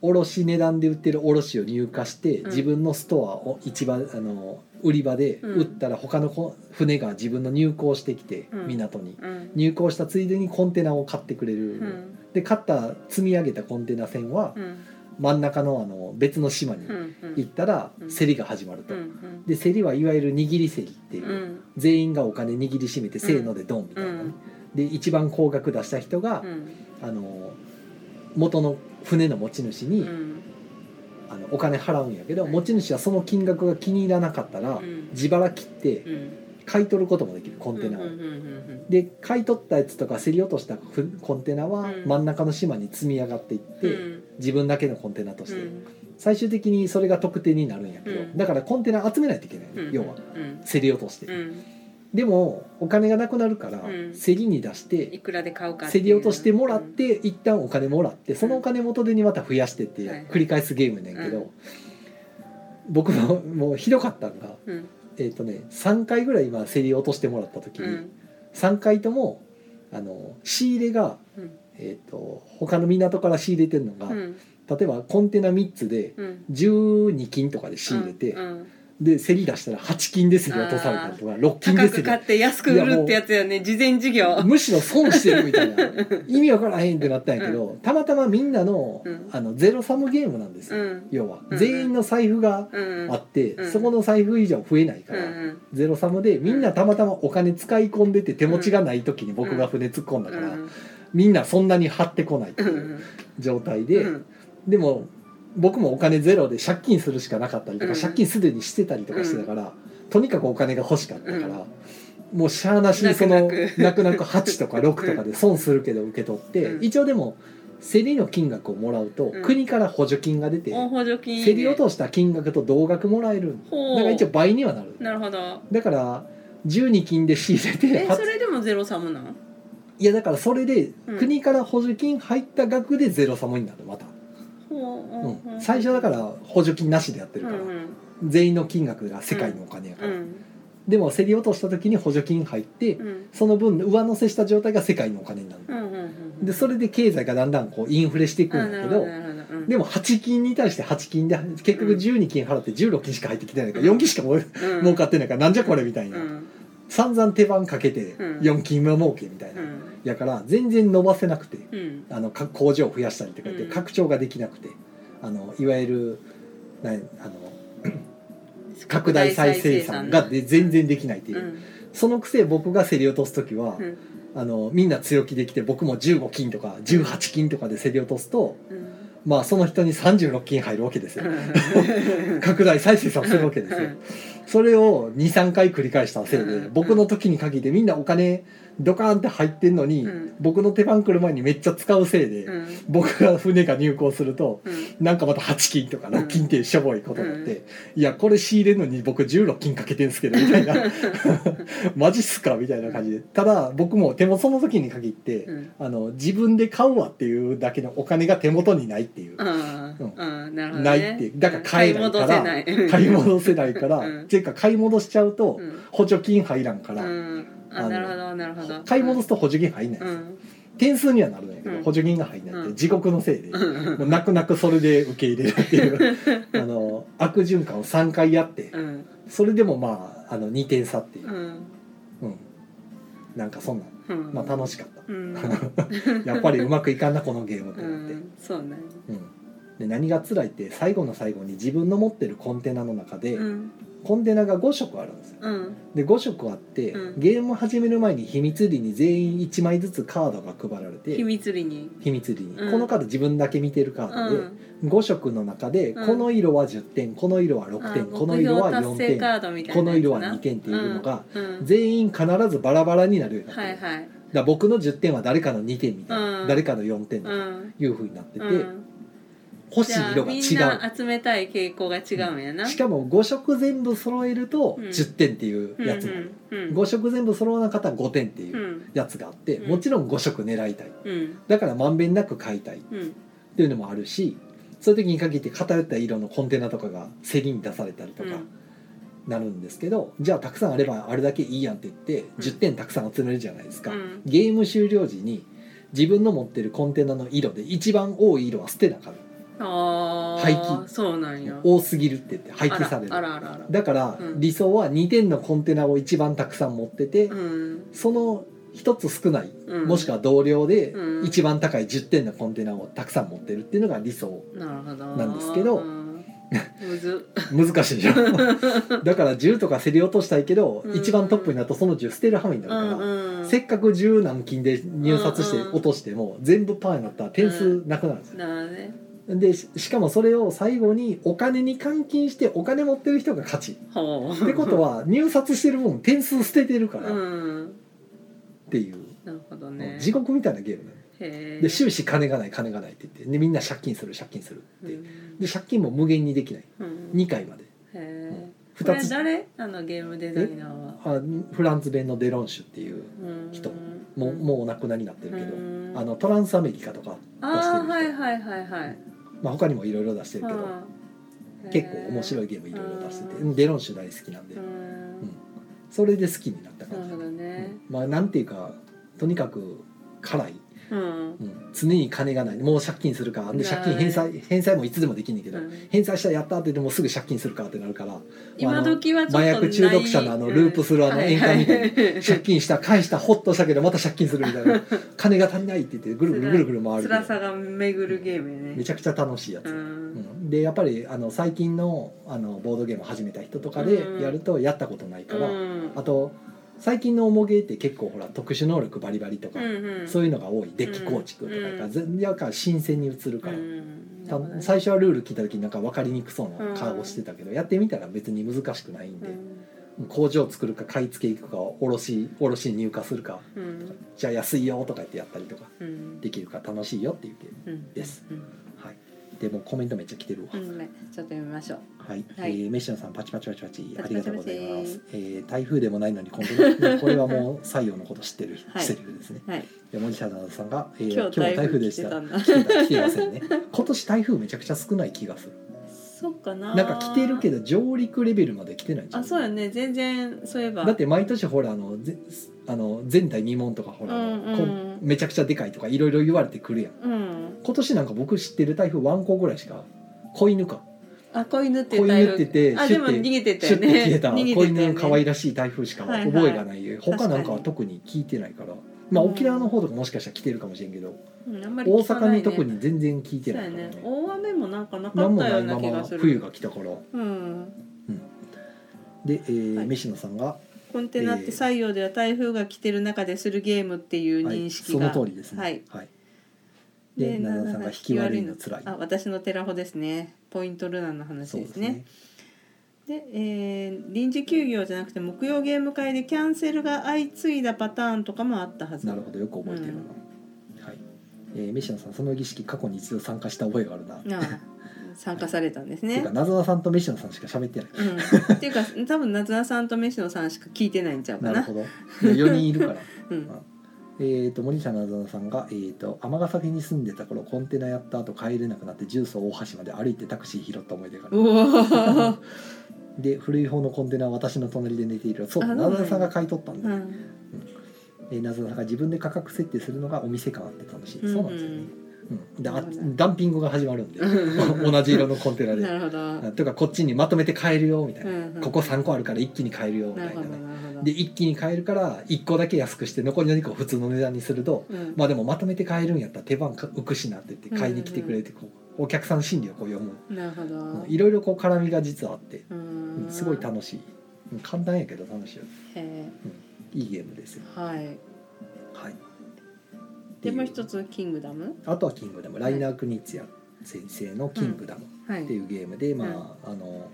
Speaker 2: 卸値段で売ってる卸を入荷して、
Speaker 1: ん
Speaker 2: 自分のストアを市場あの売り場で売ったら他のこ船が自分の入港してきて、
Speaker 1: うん
Speaker 2: 港に
Speaker 1: うん
Speaker 2: 入港したついでにコンテナを買ってくれる、
Speaker 1: うん
Speaker 2: で買った積み上げたコンテナ船は
Speaker 1: うん
Speaker 2: 真ん中のあの別の島に
Speaker 1: うんうん
Speaker 2: 行ったら
Speaker 1: うん
Speaker 2: 競りが始まると、
Speaker 1: うん
Speaker 2: で競りはいわゆる握り競りっていうう、
Speaker 1: ん
Speaker 2: 全員がお金握りしめて、せーのでドンみたいなね、
Speaker 1: うん
Speaker 2: で一番高額出した人が
Speaker 1: う、ん
Speaker 2: あの元の船の持ち主に、
Speaker 1: うん
Speaker 2: あのお金払うんやけど、
Speaker 1: はい
Speaker 2: 持ち主はその金額が気に入らなかったら、
Speaker 1: うん
Speaker 2: 自腹切って
Speaker 1: うん
Speaker 2: 買い取ることもできるコンテナを。
Speaker 1: うんうんうん
Speaker 2: で買い取ったやつとか競り落としたふコンテナは
Speaker 1: うん
Speaker 2: 真ん中の島に積み上がっていっ
Speaker 1: うん
Speaker 2: て、
Speaker 1: うん
Speaker 2: 自分だけのコンテナとして、
Speaker 1: うん
Speaker 2: 最終的にそれが特典になるんやけど、
Speaker 1: うん
Speaker 2: だからコンテナ集めないといけない、
Speaker 1: うん
Speaker 2: 要は
Speaker 1: うん
Speaker 2: 競り落として、
Speaker 1: うん
Speaker 2: でもお金がなくなるから、
Speaker 1: うん
Speaker 2: 競りに出して
Speaker 1: いくらで買うかっていう
Speaker 2: 競り落としてもらって、一旦お金もらってそのお金元手にまた増やしてって
Speaker 1: はい
Speaker 2: 繰り返すゲームやねんけど、
Speaker 1: うん
Speaker 2: 僕ももうひどかったのが、
Speaker 1: うん
Speaker 2: えーとね、3回ぐらい今競り落としてもらった時
Speaker 1: う
Speaker 2: に、
Speaker 1: ん
Speaker 2: 3回ともあの仕入れが、
Speaker 1: うん
Speaker 2: えー、と他の港から仕入れてるのが、
Speaker 1: うん
Speaker 2: 例えばコンテナ3つで
Speaker 1: うん
Speaker 2: 12金とかで仕入れて、
Speaker 1: うん
Speaker 2: で競り出したら8金で競り落とされたりとか6
Speaker 1: 高
Speaker 2: 金で競
Speaker 1: く
Speaker 2: り
Speaker 1: 買って安く売るってやつやね事前事業
Speaker 2: むしろ損してるみたいな意味わからへんってなったんやけど、たまたまみんなの,、
Speaker 1: うん
Speaker 2: あのゼロサムゲームなんです
Speaker 1: う
Speaker 2: よ、
Speaker 1: ん
Speaker 2: 要は、
Speaker 1: うん
Speaker 2: 全員の財布が
Speaker 1: うん
Speaker 2: あって、
Speaker 1: うん
Speaker 2: そこの財布以上増えないか
Speaker 1: う
Speaker 2: ら、
Speaker 1: ん
Speaker 2: ゼロサムでみんなたまたまお金使い込んでて手持ちがない時に僕が船突っ込んだ
Speaker 1: うん
Speaker 2: から、
Speaker 1: うん
Speaker 2: みんなそんなに張ってこないって
Speaker 1: う
Speaker 2: いうん状態
Speaker 1: う
Speaker 2: で、
Speaker 1: ん
Speaker 2: でも僕もお金ゼロで借金するしかなかったりとか、
Speaker 1: うん
Speaker 2: 借金すでにしてたりとかしてたから、とにかくお金が欲しかったから、もうしゃあなしにその
Speaker 1: 泣く泣く
Speaker 2: 泣く泣く8とか6とか
Speaker 1: *laughs*
Speaker 2: で損するけど受け取って、
Speaker 1: うん
Speaker 2: 一応でも競りの金額をもらうと、
Speaker 1: うん
Speaker 2: 国から補助金が出て、
Speaker 1: 大補助金
Speaker 2: 競り落
Speaker 1: し
Speaker 2: とした金額と同額もらえるだから一応倍にはなる
Speaker 1: なるほど
Speaker 2: だから12金で仕入れて
Speaker 1: え
Speaker 2: は
Speaker 1: それでもゼロサムなん
Speaker 2: いやだからそれで
Speaker 1: うん
Speaker 2: 国から補助金入った額でゼロサムになるまた、
Speaker 1: ほう
Speaker 2: う
Speaker 1: ほ
Speaker 2: ん
Speaker 1: うほう
Speaker 2: 最初だから補助金なしでやって
Speaker 1: う
Speaker 2: る
Speaker 1: ん
Speaker 2: から、
Speaker 1: うん
Speaker 2: 全員の金額が世界のお金やか
Speaker 1: う
Speaker 2: ら、
Speaker 1: ん
Speaker 2: でも競り落とした時に補助金入って、
Speaker 1: うん
Speaker 2: その分上乗せした状態が世界のお金になる、
Speaker 1: うんうんうん
Speaker 2: でそれで経済がだんだんこうインフレしていく
Speaker 1: あ
Speaker 2: んだ
Speaker 1: な
Speaker 2: け
Speaker 1: るほど
Speaker 2: ど
Speaker 1: なるほどうん
Speaker 2: でも8金に対して8金で結局
Speaker 1: うん
Speaker 2: 12金払って16金しか入ってきてないから4金しかもう
Speaker 1: うん
Speaker 2: 儲かってないからなんじゃこれみたいな、
Speaker 1: うん
Speaker 2: 散々手番かけて
Speaker 1: うん
Speaker 2: 4金は儲けみたいうな、
Speaker 1: ん
Speaker 2: やから全然伸ばせなくて
Speaker 1: うん
Speaker 2: あのか工場を増やしたりとか言って
Speaker 1: うん
Speaker 2: 拡張ができなくて、あのいわゆるなあの拡大再生産がで全然できないって
Speaker 1: う
Speaker 2: いう、
Speaker 1: ん
Speaker 2: そのくせ僕が競り落とす時は、
Speaker 1: うん
Speaker 2: あのみんな強気できて僕も15金とか18金とかで競り落とすと、
Speaker 1: うん
Speaker 2: まあ、その人に36金入るわけですよ。
Speaker 1: うん
Speaker 2: 拡大再生産するわけですよ。それを23回繰り返したせい
Speaker 1: うん
Speaker 2: で
Speaker 1: うん
Speaker 2: 僕の時に限ってみんなお金ドカーンって入ってんのに、
Speaker 1: うん
Speaker 2: 僕の手番来る前にめっちゃ使うせいで、
Speaker 1: うんうん
Speaker 2: 僕が船が入港すると
Speaker 1: うん
Speaker 2: なんかまた8金とか6金っていうしょぼいことになって、
Speaker 1: う
Speaker 2: いやこれ仕入れるのに僕16金かけてんすけどみた
Speaker 1: *laughs*
Speaker 2: いなマジっすかみたいな感じでただ僕も手もその時に限って、
Speaker 1: うん
Speaker 2: あの自分で買うわっていうだけのお金が手元にないっていう、
Speaker 1: あ
Speaker 2: うん
Speaker 1: ーうんなるほどね
Speaker 2: ないっていうだから買えないか
Speaker 1: 買
Speaker 2: ら
Speaker 1: い戻せない
Speaker 2: 買い戻せないから、
Speaker 1: うん
Speaker 2: っていうか買い戻しちゃうと
Speaker 1: うん
Speaker 2: 補助金入らんから、
Speaker 1: うん
Speaker 2: あ
Speaker 1: あ
Speaker 2: の
Speaker 1: なるほどなるほど
Speaker 2: 買い戻すと補助金入んないんです
Speaker 1: う
Speaker 2: よ、
Speaker 1: ん
Speaker 2: 点数にはなるんだけど、
Speaker 1: うん
Speaker 2: 補助金が入んないって、
Speaker 1: うん
Speaker 2: 地獄のせいで。
Speaker 1: うん
Speaker 2: もう泣く泣くそれで受け入れるっていう
Speaker 1: *laughs*
Speaker 2: あの悪循環を3回やって
Speaker 1: うん
Speaker 2: それでもまああの2点差っていうう、
Speaker 1: ん
Speaker 2: うん、なんかそんな
Speaker 1: うん
Speaker 2: まあ楽しかった
Speaker 1: うん
Speaker 2: やっぱりうまくいかんなこのゲーム
Speaker 1: *laughs*
Speaker 2: と
Speaker 1: う
Speaker 2: 思って、
Speaker 1: んそうね
Speaker 2: うん、で何が辛いって最後の最後に自分の持ってるコンテナの中で、
Speaker 1: うん
Speaker 2: コンテナが5色あるんですよ
Speaker 1: うん
Speaker 2: で5色あって、
Speaker 1: うん
Speaker 2: ゲーム始める前に秘密裏に全員1枚ずつカードが配られ
Speaker 1: 秘
Speaker 2: て
Speaker 1: 密裏に
Speaker 2: 秘密裏に、
Speaker 1: うん
Speaker 2: このカード自分だけ見てるカ
Speaker 1: う
Speaker 2: ードで、
Speaker 1: ん
Speaker 2: 5色の中で
Speaker 1: うん
Speaker 2: この色は10点この色は6
Speaker 1: あ
Speaker 2: 点この
Speaker 1: 目
Speaker 2: 色
Speaker 1: 標
Speaker 2: は
Speaker 1: 達
Speaker 2: 4
Speaker 1: 成
Speaker 2: 点
Speaker 1: カードみたい
Speaker 2: こ
Speaker 1: な
Speaker 2: の
Speaker 1: やつ
Speaker 2: 色は
Speaker 1: な
Speaker 2: 2点っていうのが
Speaker 1: うん
Speaker 2: 全員必ずバラバラになるようになって
Speaker 1: は
Speaker 2: る
Speaker 1: いはい
Speaker 2: だから僕の10点は誰かの2点みたいな
Speaker 1: うん
Speaker 2: 誰かの4点と
Speaker 1: う
Speaker 2: か
Speaker 1: ん
Speaker 2: いうふうになってて
Speaker 1: うん
Speaker 2: 欲し
Speaker 1: じゃ
Speaker 2: い
Speaker 1: あ
Speaker 2: 色が違
Speaker 1: みん
Speaker 2: う
Speaker 1: な集めたい傾向が違うんやな
Speaker 2: しかも5色全部揃えると
Speaker 1: うん
Speaker 2: 10点っていうやつになる
Speaker 1: うん
Speaker 2: 5色全部揃わなかったら5点って
Speaker 1: う
Speaker 2: いうんやつがあって
Speaker 1: うん
Speaker 2: もちろん5色狙いたい
Speaker 1: うん
Speaker 2: だからまんべんなく買いたいっ
Speaker 1: うん
Speaker 2: ていうのもあるしそういう時に限って偏った色のコンテナとかが競りに出されたりとかなるんですけどじゃあたくさんあればあれだけいいやんって言って10点たくさん集めるじゃないですか、
Speaker 1: うん
Speaker 2: ゲーム終了時に自分の持ってるコンテナの色で一番多い色は捨てなかっ
Speaker 1: ああ
Speaker 2: 廃棄
Speaker 1: そうなん
Speaker 2: た
Speaker 1: や
Speaker 2: 多すぎるって言って廃棄され
Speaker 1: あ
Speaker 2: る
Speaker 1: らあらあらあら
Speaker 2: だから
Speaker 1: うん
Speaker 2: 理想は2点のコンテナを一番たくさん持ってて、
Speaker 1: うん
Speaker 2: その1つ少ない
Speaker 1: うん
Speaker 2: もしくは同僚で
Speaker 1: うん
Speaker 2: 一番高い10点のコンテナをたくさん持ってるっていうのが理想
Speaker 1: なるほど
Speaker 2: なんですけど
Speaker 1: うんむ
Speaker 2: *laughs*
Speaker 1: ず
Speaker 2: 難しい
Speaker 1: *laughs*
Speaker 2: でしょだから10とか競り落としたいけど
Speaker 1: うん
Speaker 2: 一番トップになるとその10捨てる羽目になる
Speaker 1: う
Speaker 2: から、
Speaker 1: んうん
Speaker 2: せっかく十何金で入札して
Speaker 1: うんうん
Speaker 2: 落としても全部パーになったら点数なくなるんですよ、
Speaker 1: なるほどね
Speaker 2: でししかもそれを最後にお金に換金してお金持ってる人が勝ちっ
Speaker 1: ほう
Speaker 2: てことは入札してる分点数捨ててるから
Speaker 1: う
Speaker 2: っ
Speaker 1: ん
Speaker 2: ていう、
Speaker 1: なるほどね
Speaker 2: 地獄みたいなゲームなの
Speaker 1: へえ
Speaker 2: で終始金がない金がないって言ってでみんな借金する借金するっていう
Speaker 1: うん
Speaker 2: で借金も無限にできない
Speaker 1: うん
Speaker 2: 2回まで
Speaker 1: へえこ
Speaker 2: 2
Speaker 1: れ
Speaker 2: つ
Speaker 1: 誰あのゲームデザイナーは
Speaker 2: あフランス弁のデロンシュっていう人もうもうお亡くなりになってるけど、
Speaker 1: ど
Speaker 2: あのトランスアメリカとか、
Speaker 1: あー
Speaker 2: 出して
Speaker 1: はい
Speaker 2: る人
Speaker 1: はいはいはい
Speaker 2: まあ、他にもいろいろ出してるけど、結構面白
Speaker 1: い
Speaker 2: いゲームいろいろ出してて
Speaker 1: うん
Speaker 2: デロンシュ大好きなんで
Speaker 1: うん
Speaker 2: それで好きになった
Speaker 1: な
Speaker 2: 感
Speaker 1: る
Speaker 2: じ
Speaker 1: ほどね
Speaker 2: まあなんていうかとにかく辛い、
Speaker 1: うん
Speaker 2: うん常に金がないもう借金するかで
Speaker 1: ない
Speaker 2: 借金返済返済もいつでもできんねんけど、
Speaker 1: うん
Speaker 2: 返済したらやったって言ってもうすぐ借金するかってな
Speaker 1: *laughs*
Speaker 2: るから
Speaker 1: 今時はちょっと
Speaker 2: 麻薬中毒者のあのループするあの
Speaker 1: 演
Speaker 2: 宴会みたいな
Speaker 1: な
Speaker 2: 借金した返したホッとしたけどまた借金するみた
Speaker 1: *laughs*
Speaker 2: いな金が足りないって言ってぐるぐるぐるぐる回る
Speaker 1: 辛さが巡るゲームやね
Speaker 2: めちゃくちゃ楽しいやつ、
Speaker 1: う
Speaker 2: うんんでやっぱりあの最近のあのボードゲーム始めた人とかでやるとやったことないから、
Speaker 1: うん
Speaker 2: あと最近のおもげって結構ほら特殊能力バリバリとか、
Speaker 1: うんうん
Speaker 2: そういうのが多いデッキ構築とかやから、
Speaker 1: うん
Speaker 2: 全然から新鮮に映るから、
Speaker 1: うんな
Speaker 2: た
Speaker 1: るほどね
Speaker 2: 最初はルール聞いた時なんか分かりにくそうな顔をしてたけど、やってみたら別に難しくないんで、工場作るか買い付け行くか卸卸に入荷するか
Speaker 1: うんうん
Speaker 2: じゃあ安いよとか言ってやったりとか
Speaker 1: うん
Speaker 2: できるから楽しいよっていうゲーム
Speaker 1: うん
Speaker 2: です
Speaker 1: うん
Speaker 2: はいでもうコメントめっちゃ来てるわ、
Speaker 1: うんねちょっと読みましょう
Speaker 2: はい、
Speaker 1: はい
Speaker 2: えーメッシュンさんパチパチパチパチ
Speaker 1: パチパチパチ
Speaker 2: ありがとうございます、えー台風でもないのにコンテナこれはもう採用のこと知ってる、
Speaker 1: はい
Speaker 2: セリフですね
Speaker 1: はい
Speaker 2: で森下さんが、えー
Speaker 1: 今日
Speaker 2: 今日は台風でし
Speaker 1: 来て
Speaker 2: た
Speaker 1: たんだ
Speaker 2: *laughs* 来てた来てませんね今年台風めちゃくちゃ少ない気がする
Speaker 1: そうかな
Speaker 2: なんか来てるけど上陸レベルまで来てないじゃん
Speaker 1: あそうやね全然そういえば
Speaker 2: だって毎年ほらあのぜあの前代未聞とかほら、あの
Speaker 1: うんうん
Speaker 2: こめちゃくちゃでかいとかいろいろ言われてくるやん
Speaker 1: うん
Speaker 2: 今年なんか僕知ってる台風ワン個ぐらいしか子犬か
Speaker 1: あ子犬って
Speaker 2: 子
Speaker 1: だいぶ
Speaker 2: 犬ってて
Speaker 1: あ
Speaker 2: シ
Speaker 1: で
Speaker 2: ュッ
Speaker 1: も
Speaker 2: て
Speaker 1: 逃げてた
Speaker 2: シュ
Speaker 1: よ
Speaker 2: ッ
Speaker 1: ね
Speaker 2: て消えた
Speaker 1: 逃げて
Speaker 2: 子
Speaker 1: た
Speaker 2: 犬の可愛
Speaker 1: ら
Speaker 2: らしい台風しか
Speaker 1: はいはい
Speaker 2: 覚えがない、他なんかは
Speaker 1: 確
Speaker 2: 特に聞いてないからまあ
Speaker 1: うん
Speaker 2: 沖縄の方とかもしかしたら来てるかもしれんけど、
Speaker 1: うん、あんまり
Speaker 2: 大
Speaker 1: 聞かない
Speaker 2: 阪
Speaker 1: ね
Speaker 2: に特に全然聞い
Speaker 1: そ
Speaker 2: て
Speaker 1: う
Speaker 2: な
Speaker 1: や
Speaker 2: いから
Speaker 1: ね
Speaker 2: ね
Speaker 1: 大雨もなんかなか
Speaker 2: 何
Speaker 1: っ
Speaker 2: も
Speaker 1: た
Speaker 2: な
Speaker 1: よ
Speaker 2: いう
Speaker 1: な
Speaker 2: ま
Speaker 1: 気が
Speaker 2: ます
Speaker 1: る
Speaker 2: 冬が来たから
Speaker 1: うん
Speaker 2: で、えー
Speaker 1: はい
Speaker 2: 飯野さんが、
Speaker 1: コンテナって採用では台風が来てる中でするゲームっていう
Speaker 2: はい、
Speaker 1: 認識
Speaker 2: そ
Speaker 1: が、
Speaker 2: の通りですね
Speaker 1: はい
Speaker 2: で奈々さんが引き悪いのつらい
Speaker 1: あ私のテラホですねポイントルナの話
Speaker 2: そう
Speaker 1: で
Speaker 2: ですす
Speaker 1: ね
Speaker 2: ね
Speaker 1: でえー臨時休業じゃなくて木曜ゲーム会でキャンセルが相次いだパターンとかもあったはず
Speaker 2: なるほどよく覚えてるな、はいえー、飯野さんその儀式過去に一度参加した覚えがあるな、
Speaker 1: ああ参加されたんです
Speaker 2: てい
Speaker 1: ね
Speaker 2: う *laughs* か。謎なさんと飯野さんしか喋ってない
Speaker 1: うん、っていうか多分夏菜さんと飯野さんしか聞いてないんちゃうか
Speaker 2: な
Speaker 1: な。
Speaker 2: るほど4人いるから *laughs*
Speaker 1: うん
Speaker 2: えーと森下なぞなさんが、えー、と尼崎に住んでた頃コンテナやった後帰れなくなって重曹大橋まで歩いてタクシー拾った思い出がある
Speaker 1: お
Speaker 2: *laughs*
Speaker 1: お、
Speaker 2: で古い方のコンテナは私の隣で寝ているそう
Speaker 1: あ
Speaker 2: だ
Speaker 1: そうなんや
Speaker 2: なぞなさんが買い取ったん
Speaker 1: う
Speaker 2: だ、
Speaker 1: ん、
Speaker 2: えー、なぞなさんが自分で価格設定するのがお店感あって楽しい、
Speaker 1: うんうん
Speaker 2: そうなんですよね、うん、であ
Speaker 1: なるほど
Speaker 2: ダンピングが始まるんで
Speaker 1: うん
Speaker 2: *laughs* 同じ色のコンテ
Speaker 1: な
Speaker 2: ナで
Speaker 1: るほど。うん
Speaker 2: とかこっちにまとめて買えるよみたいな、
Speaker 1: うん
Speaker 2: ここ3個あるから一気に買えるよみた
Speaker 1: なる
Speaker 2: いな
Speaker 1: ほど
Speaker 2: ね
Speaker 1: なるほど。
Speaker 2: で一気に買えるから1個だけ安くして残りの2個を普通の値段にすると
Speaker 1: うん、
Speaker 2: まあでもまとめて買えるんやったら手番浮くしなって言って買いに来てくれてこうお客さん心理をこう読む
Speaker 1: なるほど。
Speaker 2: いろいろこう絡みが実はあって
Speaker 1: うん
Speaker 2: すごい楽しいうん簡単やけど楽しいよ
Speaker 1: へ
Speaker 2: いいゲームですよ
Speaker 1: ーはい。
Speaker 2: はい
Speaker 1: でもう一つキングダム。
Speaker 2: あとはキングダムライナー・クニッツヤ先生の「キングダム」
Speaker 1: はい。
Speaker 2: っていうゲームでまああの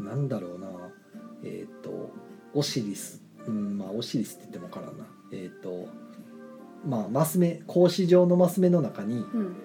Speaker 2: なんだろうなえっとオシリスうんまあオシリスって言ってもわからんなえっとまあマス目格子状のマス目の中に
Speaker 1: うん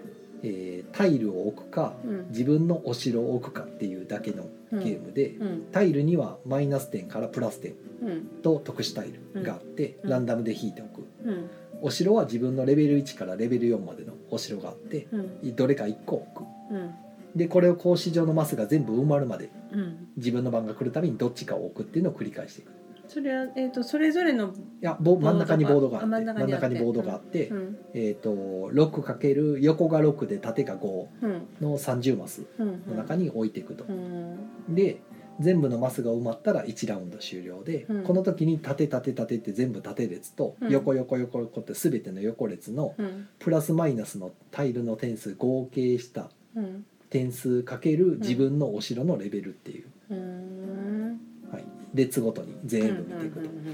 Speaker 2: えータイルを置くか
Speaker 1: うん
Speaker 2: 自分のお城を置くかっていうだけの
Speaker 1: うん
Speaker 2: ゲームで、
Speaker 1: うん
Speaker 2: タイルにはマイナス点からプラス点
Speaker 1: うん
Speaker 2: と特殊タイルがあって、
Speaker 1: うん
Speaker 2: ランダムで引いておく
Speaker 1: うん
Speaker 2: お城は自分のレベル1からレベル4までのお城があって
Speaker 1: うん
Speaker 2: どれか1個置く
Speaker 1: うん
Speaker 2: でこれを格子状のマスが全部埋まるまで
Speaker 1: うん。
Speaker 2: 自分の番が来るたびにどっちかを置くっていうのを繰り返していくい
Speaker 1: それはえっとそれぞれの
Speaker 2: やぼ真ん中にボードがあって
Speaker 1: ボードがあ真
Speaker 2: 真
Speaker 1: ん
Speaker 2: ん
Speaker 1: 中
Speaker 2: 中
Speaker 1: に
Speaker 2: に
Speaker 1: ボ
Speaker 2: ボ
Speaker 1: ー
Speaker 2: ー
Speaker 1: ド
Speaker 2: ド
Speaker 1: が
Speaker 2: が
Speaker 1: あ
Speaker 2: あって、
Speaker 1: うん
Speaker 2: えー、と 6× 横が6で縦が5
Speaker 1: うん
Speaker 2: の30マス
Speaker 1: うんう
Speaker 2: の
Speaker 1: ん
Speaker 2: 中に置いていくと
Speaker 1: う。ん
Speaker 2: で全部のマスが埋まったら1ラウンド終了で、
Speaker 1: うん
Speaker 2: この時に縦縦縦って全部縦列と、
Speaker 1: うん
Speaker 2: 横横横横って全ての横列の
Speaker 1: うん
Speaker 2: プラスマイナスのタイルの点数合計した
Speaker 1: うん
Speaker 2: 点数かける自分のお城のレベルっていう、
Speaker 1: うーん
Speaker 2: はい、列ごとに全部見ていくと、
Speaker 1: うんうんうん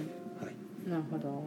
Speaker 2: はい、
Speaker 1: うんなるほど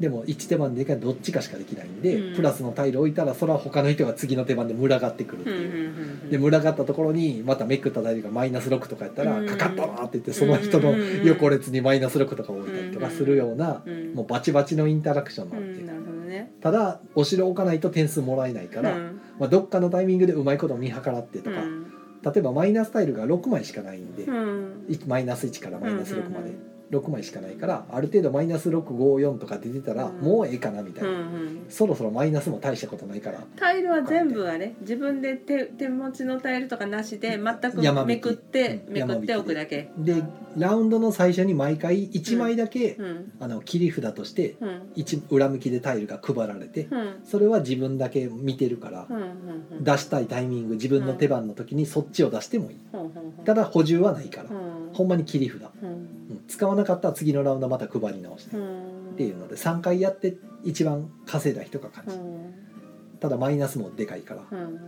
Speaker 2: でも1手番でかどっちかしかできないんで、
Speaker 1: うん
Speaker 2: プラスのタイル置いたらそれは他の人が次の手番で群がってくるって
Speaker 1: うんうん
Speaker 2: いう。
Speaker 1: うんうん
Speaker 2: で群がったところにまためくったタイルがマイナス6とかやったら
Speaker 1: うん
Speaker 2: かかったなって言ってその人の横列にマイナス6とか置いたりとかするような
Speaker 1: うん
Speaker 2: もうバチバチのインタラクションな
Speaker 1: うんん
Speaker 2: て
Speaker 1: なるほどね
Speaker 2: ただお城置かないと点数もらえないから、
Speaker 1: うん
Speaker 2: まあ、どっかのタイミングでうまいこと見計らってとか、
Speaker 1: うん
Speaker 2: 例えばマイナスタイルが6枚しかないんで、
Speaker 1: うん
Speaker 2: いマイナス1からマイナス6ま
Speaker 1: う
Speaker 2: で
Speaker 1: ん
Speaker 2: 6枚しかないからある程度マイナス654とか出てたら
Speaker 1: うん
Speaker 2: もうええかなみたい
Speaker 1: うんう
Speaker 2: な、
Speaker 1: ん
Speaker 2: そろそろマイナスも大したことないから
Speaker 1: タイルは全部あれ自分で手手持ちのタイルとかなしで全
Speaker 2: 山
Speaker 1: く
Speaker 2: 引き
Speaker 1: めくって
Speaker 2: う
Speaker 1: め
Speaker 2: ん
Speaker 1: く
Speaker 2: 山
Speaker 1: っ
Speaker 2: 引き
Speaker 1: て
Speaker 2: で
Speaker 1: おくだけ
Speaker 2: でラウンドの最初に毎回1枚だけ、
Speaker 1: うん
Speaker 2: あの切り札として
Speaker 1: うん
Speaker 2: 一裏向きでタイルが配られて
Speaker 1: うん
Speaker 2: それは自分だけ見てるから
Speaker 1: うんうんうん
Speaker 2: 出したいタイミング自分の手番の時にそっちを出してもいい
Speaker 1: ほうほうほう
Speaker 2: ただ補充はないから
Speaker 1: うん
Speaker 2: ほんまに切り札、
Speaker 1: うん
Speaker 2: うん使わなかったら次のラウンドまた配り直してっ
Speaker 1: って
Speaker 2: いうので3回やって一番稼いだ人が勝
Speaker 1: う
Speaker 2: ち
Speaker 1: ん
Speaker 2: ただマイナスもでかいから
Speaker 1: うん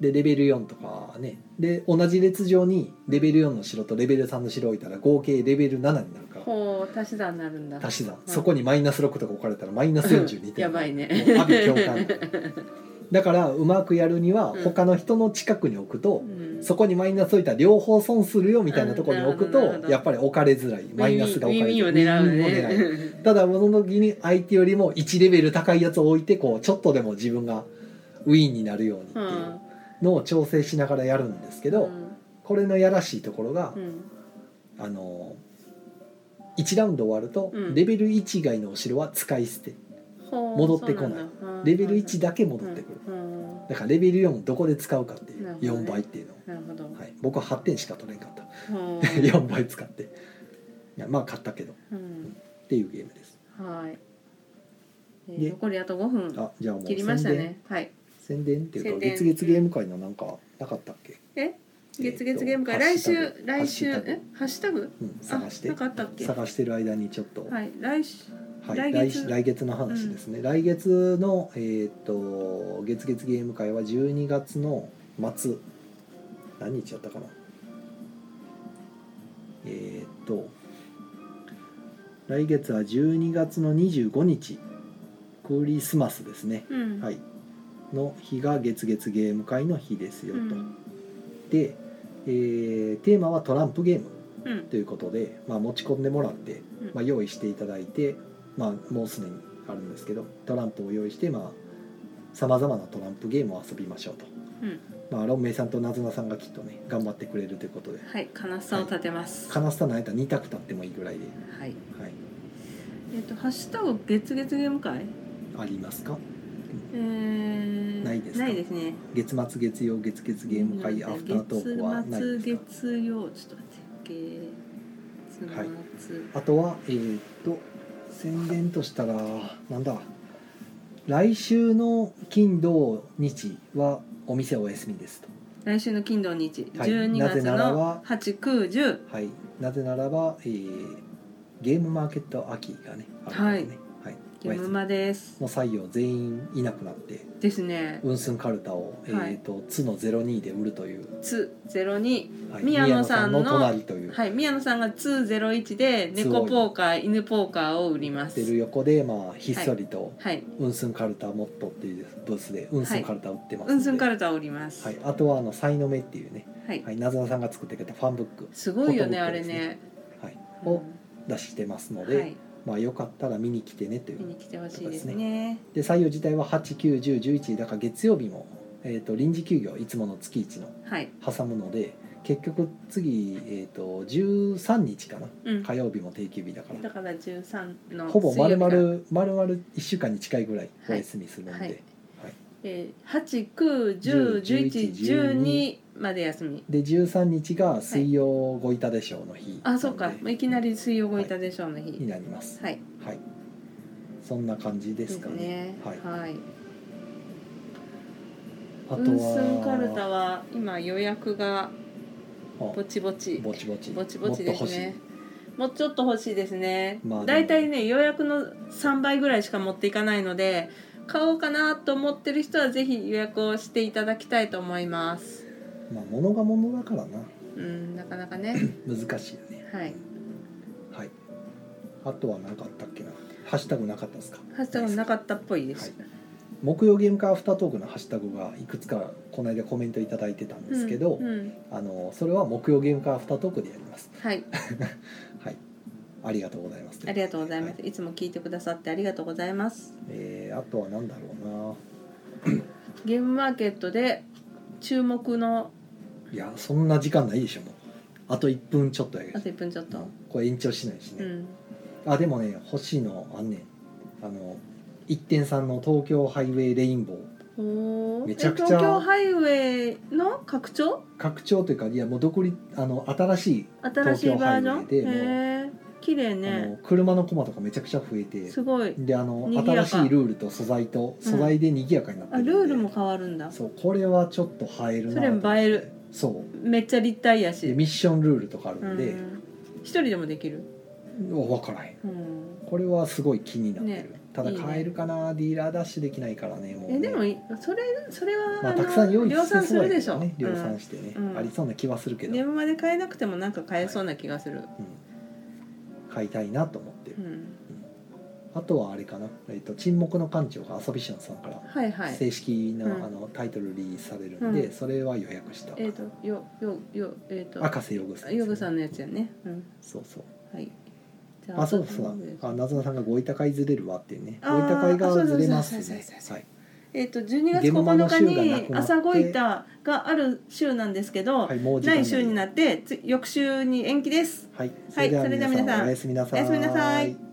Speaker 2: でレベル4とかねで同じ列上にレベル4の城とレベル3の城置いたら合計レベル7になるから
Speaker 1: ほう足し算になるんだ
Speaker 2: 足し算、そこにマイナス6とか置かれたらマイナス42点
Speaker 1: やばいね
Speaker 2: もう阿鼻叫喚
Speaker 1: *laughs*
Speaker 2: だからうまくやるには
Speaker 1: うん
Speaker 2: 他の人の近くに置くと、
Speaker 1: うん
Speaker 2: そこにマイナス置いたら両方損するよみたいなところに置くと、
Speaker 1: うんなるほど
Speaker 2: やっぱり置かれづらいマイナスが置かれ
Speaker 1: 耳
Speaker 2: づ
Speaker 1: を
Speaker 2: ら
Speaker 1: 狙
Speaker 2: い
Speaker 1: う
Speaker 2: ウィンウィンを狙い
Speaker 1: ね
Speaker 2: ただその時に相手よりも1レベル高いやつを置いてこうちょっとでも自分がウィーンになるようにって
Speaker 1: う
Speaker 2: い
Speaker 1: ん
Speaker 2: うのを調整しながらやるんですけど、これのやらしいところが、
Speaker 1: うん
Speaker 2: あの1ラウンド終わると、
Speaker 1: うん
Speaker 2: レベル1以外のお城は使い捨て
Speaker 1: ほう
Speaker 2: 戻ってこない
Speaker 1: そうなんだ
Speaker 2: レベル1だけ戻ってくる、
Speaker 1: うんうん
Speaker 2: だからレベル4をどこで使うかっていう
Speaker 1: なるほどね
Speaker 2: 4倍っていうのを
Speaker 1: なるほど
Speaker 2: はい、僕は8点しか取れんかった
Speaker 1: うん
Speaker 2: *laughs* 4倍使っていやまあ買ったけど
Speaker 1: うん
Speaker 2: っていうゲームです
Speaker 1: はいえー
Speaker 2: で
Speaker 1: 残りあと5分
Speaker 2: あじゃあもう
Speaker 1: 切りましたねはい
Speaker 2: 宣伝宣伝っていう
Speaker 1: 宣
Speaker 2: か
Speaker 1: 伝
Speaker 2: 月月ゲーム会のなんかなかったっけ
Speaker 1: え月
Speaker 2: えー
Speaker 1: 月
Speaker 2: と
Speaker 1: ゲーム会
Speaker 2: ハッ
Speaker 1: 来
Speaker 2: シ
Speaker 1: 週
Speaker 2: ュタグ
Speaker 1: 来週
Speaker 2: ハッシュタグ
Speaker 1: えハッシュタグ
Speaker 2: うん、
Speaker 1: あ
Speaker 2: 探して
Speaker 1: なんかあったっけ
Speaker 2: 探してる間にちょっと、
Speaker 1: はい来週
Speaker 2: はい
Speaker 1: 来
Speaker 2: 来
Speaker 1: 月
Speaker 2: 来月の話ですね、来月のえーっと月月ゲーム会は12月の末何日やったかなえーっと来月は12月の25日クリスマスですね、
Speaker 1: うん
Speaker 2: はいの日が月月ゲーム会の日ですよ
Speaker 1: う
Speaker 2: と、
Speaker 1: ん
Speaker 2: で、えーテーマはトランプゲーム
Speaker 1: うん
Speaker 2: ということで、まあ、持ち込んでもらって、
Speaker 1: うん
Speaker 2: まあ、用意していただいて、まあ、もうすでにあるんですけどトランプを用意してさまざ、まなトランプゲームを遊びましょうと、
Speaker 1: うん
Speaker 2: まあ、ロンメイさんとなずなさんがきっとね頑張ってくれるということで
Speaker 1: はい悲しさを立てます
Speaker 2: カナスタの間2択立ってもいいぐらいで、
Speaker 1: はい
Speaker 2: はい、
Speaker 1: えっとハッシュタグ月月ゲーム会
Speaker 2: ありますか
Speaker 1: えー
Speaker 2: ないですか
Speaker 1: ないですね
Speaker 2: 月末月曜月月ゲーム会アフタートークはないで
Speaker 1: 月末
Speaker 2: すか
Speaker 1: 月曜ちょっと待って月末、
Speaker 2: はいあとはえーっと宣伝としたらなんだ来週の金土日はお店お休みですと
Speaker 1: 来週の金土日、
Speaker 2: はい
Speaker 1: 12
Speaker 2: なぜ
Speaker 1: 月
Speaker 2: なら
Speaker 1: の
Speaker 2: ば
Speaker 1: 890
Speaker 2: はい、なぜならば、えーゲームマーケット秋がねあるのでね、はい
Speaker 1: ゲームマです
Speaker 2: の採用全員いなくなって
Speaker 1: ですね
Speaker 2: ウンスンカルタを、え
Speaker 1: はい
Speaker 2: ー、と「つ」の02で売るという、
Speaker 1: つ02
Speaker 2: はい
Speaker 1: 宮野さんの
Speaker 2: 宮隣という、
Speaker 1: はい宮野さんが201で猫ポーカー犬ポーカーを売りま
Speaker 2: 売って
Speaker 1: す
Speaker 2: る横で、まあ、ひっそりと
Speaker 1: はい
Speaker 2: 「ウンスンカルタモット」っていうブースでウンスンカルタ売ってます
Speaker 1: ウンスンカ
Speaker 2: ル
Speaker 1: ルタを売ります
Speaker 2: はい、あとはあの「サイの目」っていうね、
Speaker 1: はい
Speaker 2: はい、なずなさんが作ってくれたファンブック、
Speaker 1: すごいよね
Speaker 2: フォ
Speaker 1: あ
Speaker 2: トブ
Speaker 1: れ
Speaker 2: ックです
Speaker 1: ね
Speaker 2: はい、
Speaker 1: うん
Speaker 2: を出してますので、
Speaker 1: はい
Speaker 2: まあ、よかったら見に来てねとい
Speaker 1: 見
Speaker 2: う
Speaker 1: に来てほしいですね
Speaker 2: で採用自体は891011だから月曜日も、えー、と臨時休業いつもの月1の
Speaker 1: はい
Speaker 2: 挟むので結局次、えー、と13日かな
Speaker 1: うん
Speaker 2: 火曜日も定休日だから、
Speaker 1: だから13の
Speaker 2: ほぼ丸
Speaker 1: 水曜日か
Speaker 2: 々丸々1週間に近いぐらいお休みするので、
Speaker 1: はい
Speaker 2: はい
Speaker 1: えー8、9、10、11、12まで休み
Speaker 2: で13日が水曜ごいたでしょうの日
Speaker 1: あそうか
Speaker 2: なんで
Speaker 1: いきなり水曜ごいたでしょうの日
Speaker 2: になります
Speaker 1: はい
Speaker 2: はい、そんな感じですかね
Speaker 1: は
Speaker 2: はいい、
Speaker 1: はい、
Speaker 2: あ
Speaker 1: ウンスンカルタは今予約が
Speaker 2: あ
Speaker 1: ぼちぼち
Speaker 2: ぼちぼち
Speaker 1: ぼちぼちですねもうちょっと欲しいですね、
Speaker 2: まあでも
Speaker 1: だいたいね予約の3倍ぐらいしか持っていかないので買おうかなと思ってる人はぜひ予約をしていただきたいと思います
Speaker 2: もっと欲しいまあ物が物だからな
Speaker 1: うんなかなか
Speaker 2: *clears throat*
Speaker 1: ね
Speaker 2: 難しいよね
Speaker 1: はい
Speaker 2: はい。あとは何かあったっけな。ハッシュタグなかったですか。
Speaker 1: ハッシュタグなかったっぽいです、
Speaker 2: 木曜ゲーム会アフタートークのハッシュタグがいくつかこの間コメントいただいてたんですけど、
Speaker 1: うんうん
Speaker 2: あのそれは木曜ゲーム会アフタートークでやります。
Speaker 1: はい
Speaker 2: はい。ありがとうございます。
Speaker 1: ありがとうございます、、
Speaker 2: はい
Speaker 1: つも聞いてくださってありがとうございます
Speaker 2: えーあとは何だろ
Speaker 1: ゲームマーケットで注目の
Speaker 2: うな。いやそんな時間ないでしょもう。あと1分ちょっとやけ
Speaker 1: あ
Speaker 2: ど
Speaker 1: と。1分ちょっと
Speaker 2: これ延長しないし
Speaker 1: う
Speaker 2: ね。
Speaker 1: ん
Speaker 2: あでもね欲しいのあんねん。あの1.3の東京ハイウェイレインボー。
Speaker 1: おー
Speaker 2: めちゃくちゃ
Speaker 1: え東京ハイウェイの拡張
Speaker 2: 拡張というかいやもう独立あの新しい
Speaker 1: 新しいバージョン
Speaker 2: 東京ハイウェイでもう
Speaker 1: へえ綺麗
Speaker 2: あ
Speaker 1: ね
Speaker 2: の車のコマとかめちゃくちゃ増えて
Speaker 1: すごい
Speaker 2: であの
Speaker 1: 賑や
Speaker 2: 新
Speaker 1: か
Speaker 2: しいルールと素材と
Speaker 1: うん
Speaker 2: 素材で賑やかになって
Speaker 1: あ
Speaker 2: るんで
Speaker 1: ルールも変わるんだ
Speaker 2: そうこれはちょっと映えるなと思って
Speaker 1: それ映える
Speaker 2: そう
Speaker 1: めっちゃ立体や
Speaker 2: で
Speaker 1: し
Speaker 2: ミッションルールとかあ
Speaker 1: う
Speaker 2: るんで、
Speaker 1: ん一人でもできる
Speaker 2: 分からへ
Speaker 1: う
Speaker 2: ん
Speaker 1: ん
Speaker 2: これはすごい気になってる、
Speaker 1: ね
Speaker 2: ただ
Speaker 1: いいね
Speaker 2: 買えるかなディーラーダッシュできないからねもうね
Speaker 1: えでもいそれそれは
Speaker 2: まあ、
Speaker 1: あ
Speaker 2: たくさん用
Speaker 1: の
Speaker 2: 意
Speaker 1: 量
Speaker 2: して
Speaker 1: 産す
Speaker 2: そ
Speaker 1: る
Speaker 2: うや
Speaker 1: で
Speaker 2: け
Speaker 1: しょ
Speaker 2: どね量
Speaker 1: うん
Speaker 2: 産してね、
Speaker 1: うん
Speaker 2: ありそうな気はするけど、
Speaker 1: 電話で買えなくてもなんか買えそうな気がする、
Speaker 2: うん買いたいなと思ってる、
Speaker 1: うん、
Speaker 2: あとはあれかな、えっと沈黙の館長が遊びしんさんから
Speaker 1: はいはい
Speaker 2: 正式な、
Speaker 1: うん
Speaker 2: あのタイトルリリースされるんで、
Speaker 1: うん
Speaker 2: それは予約した、
Speaker 1: えっ、とよよよえっ、
Speaker 2: 赤瀬ヨグさ
Speaker 1: と
Speaker 2: んですね
Speaker 1: ヨグさんのやつやねうん
Speaker 2: そうそう
Speaker 1: はいじ
Speaker 2: あそうそうあなずなさんが「ごいたかいずれるわ」っていうね「
Speaker 1: あー
Speaker 2: ごいたかいがずれます
Speaker 1: そうそう
Speaker 2: ね
Speaker 1: そうそう」そう
Speaker 2: はい
Speaker 1: えっ、と12月
Speaker 2: ゲームマ
Speaker 1: 9
Speaker 2: の
Speaker 1: 日
Speaker 2: 週がな
Speaker 1: に
Speaker 2: くなって
Speaker 1: 朝ごいたがある週なんですけど、
Speaker 2: はいもう時間
Speaker 1: ない週になってつ翌週に延期です
Speaker 2: はい
Speaker 1: はいそれでは皆さん
Speaker 2: おやすみなさ
Speaker 1: おやすみなさい